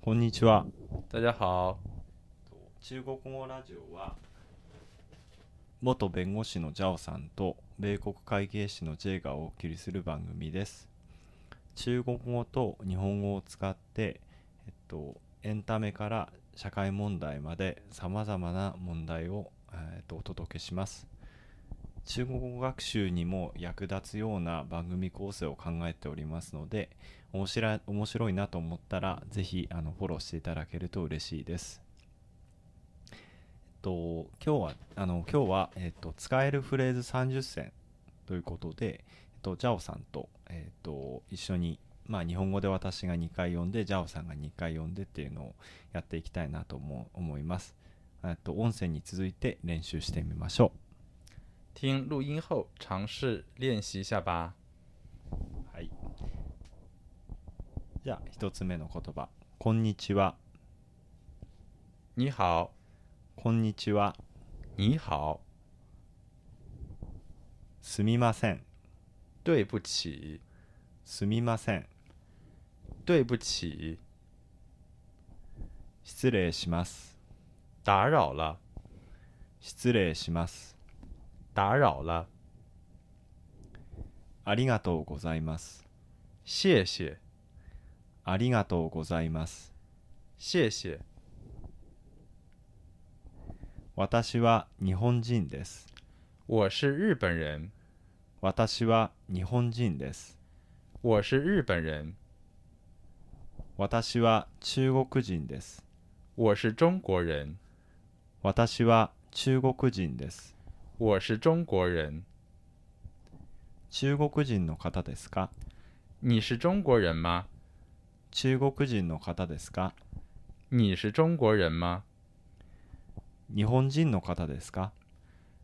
こんにちは。大家好，中国語ラジオは元弁護士のジャオさんと米国会計士の J がお送りする番組です。中国語と日本語を使って、えっと、エンタメから社会問題までさまざまな問題を、えっと、お届けします。中国語学習にも役立つような番組構成を考えておりますので面白い面白いなと思ったらぜひあのフォローしていただけると嬉しいです。えっと今日はあの今日はえっと使えるフレーズ30選ということで、えっとジャオさんとえっと一緒にまあ日本語で私が2回読んでジャオさんが2回読んでっていうのをやっていきたいなと思う思います。えっと音声に続いて練習してみましょ听录音后尝试练习一下吧。う。はい。じゃあ一つ目の言葉。こんにちは。你好，こんにちは。你好，すみません。对不起，すみません。对不起，失礼します。打扰了，失礼します。打扰了，ありがとうございます。谢谢，ありがとうございます。谢谢，私は日本人です。我是日本人，私は日本人です。我是日本人，私は中国人です。我是中国人，私は中国人です。我是中国人，中国人の方ですか你是中国人吗？中国人の方ですか你是中国人吗？日本人の方ですか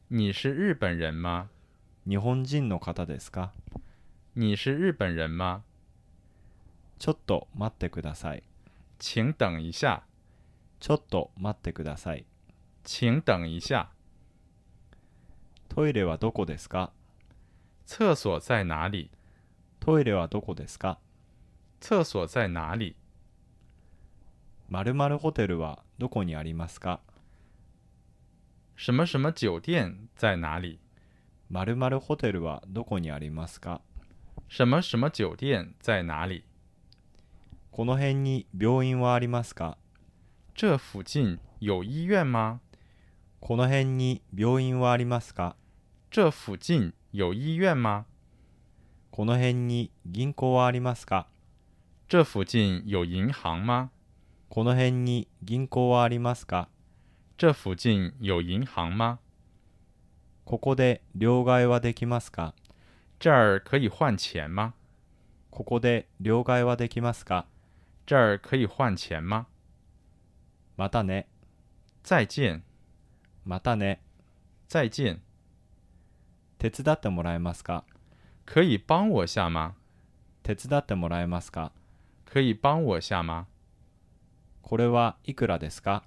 你是日本人吗？日本人の方ですか你是日本人吗？ちょっと待ってください。请等一下，ちょっと待ってください。请等一下，トイレはどこですか厕所在哪里？トイレはどこですか厕所在哪里？ 〇〇ホテルはどこにありますか什么什么酒店在哪里？ 〇〇ホテルはどこにありますか什么什么酒店在哪里？この辺に病院はありますか这附近有医院吗？この辺に病院はありますか这附近有医院吗？この辺に銀行はありますか这附近有银行吗？この辺に銀行はありますか这附近有银行吗？ここで両替はできますか这儿可以换钱吗？ここで両替はできますか这儿可以换钱吗？またね、再见，またね。再见，手伝ってもらえますか可以帮我下吗？手伝ってもらえますか可以帮我下吗？これはいくらですか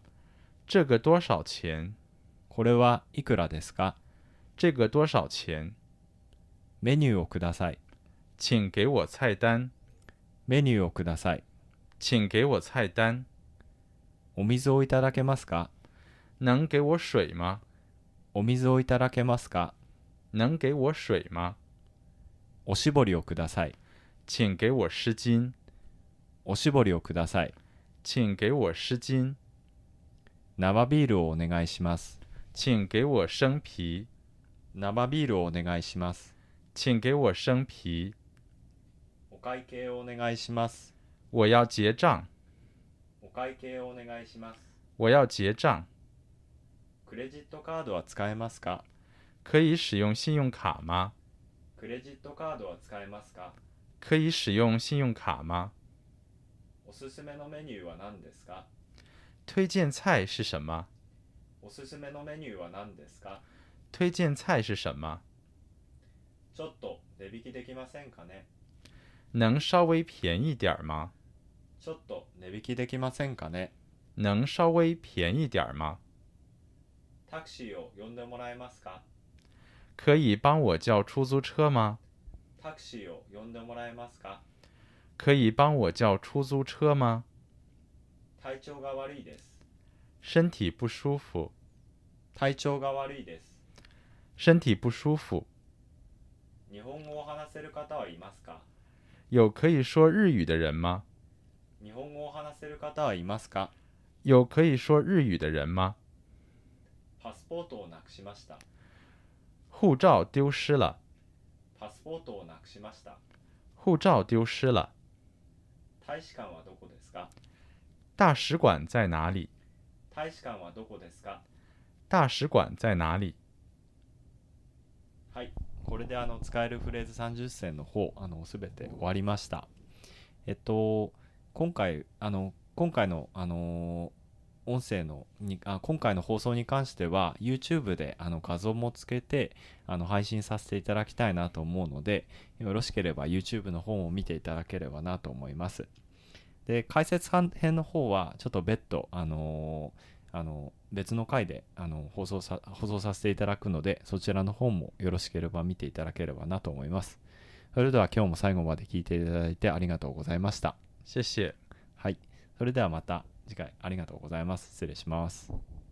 这个多少钱？これはいくらですか这个多少钱？メニューをください。请给我菜单，メニューをください。请给我菜单。お水をいただけますか能给我水吗？お水をいただけますか能给我水吗？おしぼりをください。请给我湿巾，おしぼりをください。请给我湿巾，生ビールをお願いします。请给我生啤，生ビールをお願いします。请给我生啤，お会計をお願いします。我要结账，お会計をお願いします。我要结账，クレジットカードは使えますか可以使用信用卡吗？クレジットカードは使えますか可以使用信用卡吗？おすすめのメニューは何ですか推荐菜是什么？おすすめのメニューは何ですか推荐菜是什么？ちょっと値引きできませんかね能稍微便宜点儿吗？ちょっと値引きできませんかね能稍微便宜点儿吗？タクシーを呼んでもらえますか可以帮我叫出租车吗？タクシーを呼んでもらえますか可以帮我叫出租车吗？体調が悪いです身体不舒服，体調が悪いです身体不舒服。日本語を話せる方はいますか有可以说日语的人吗？日本語を話せる方はいますか有可以说日语的人吗？パスポートをなくしました护照丢失了，パスポートをなくしました护照丢失了。大使館はどこですか大使馆在哪里？大使館はどこですか大使馆在哪里？はい、これであの使えるフレーズ30選の方あのすべて終わりました。えっと今回あの今回のあの音声のにあ今回の放送に関しては YouTube であの画像もつけてあの配信させていただきたいなと思うのでよろしければ YouTube の方も見ていただければなと思います。で解説編の方はちょっと別途あのあの別の回であの放送さ放送させていただくのでそちらの方もよろしければ見ていただければなと思いますそれでは今日も最後まで聞いていただいてありがとうございました谢谢。はいそれではまた次回ありがとうございます失礼します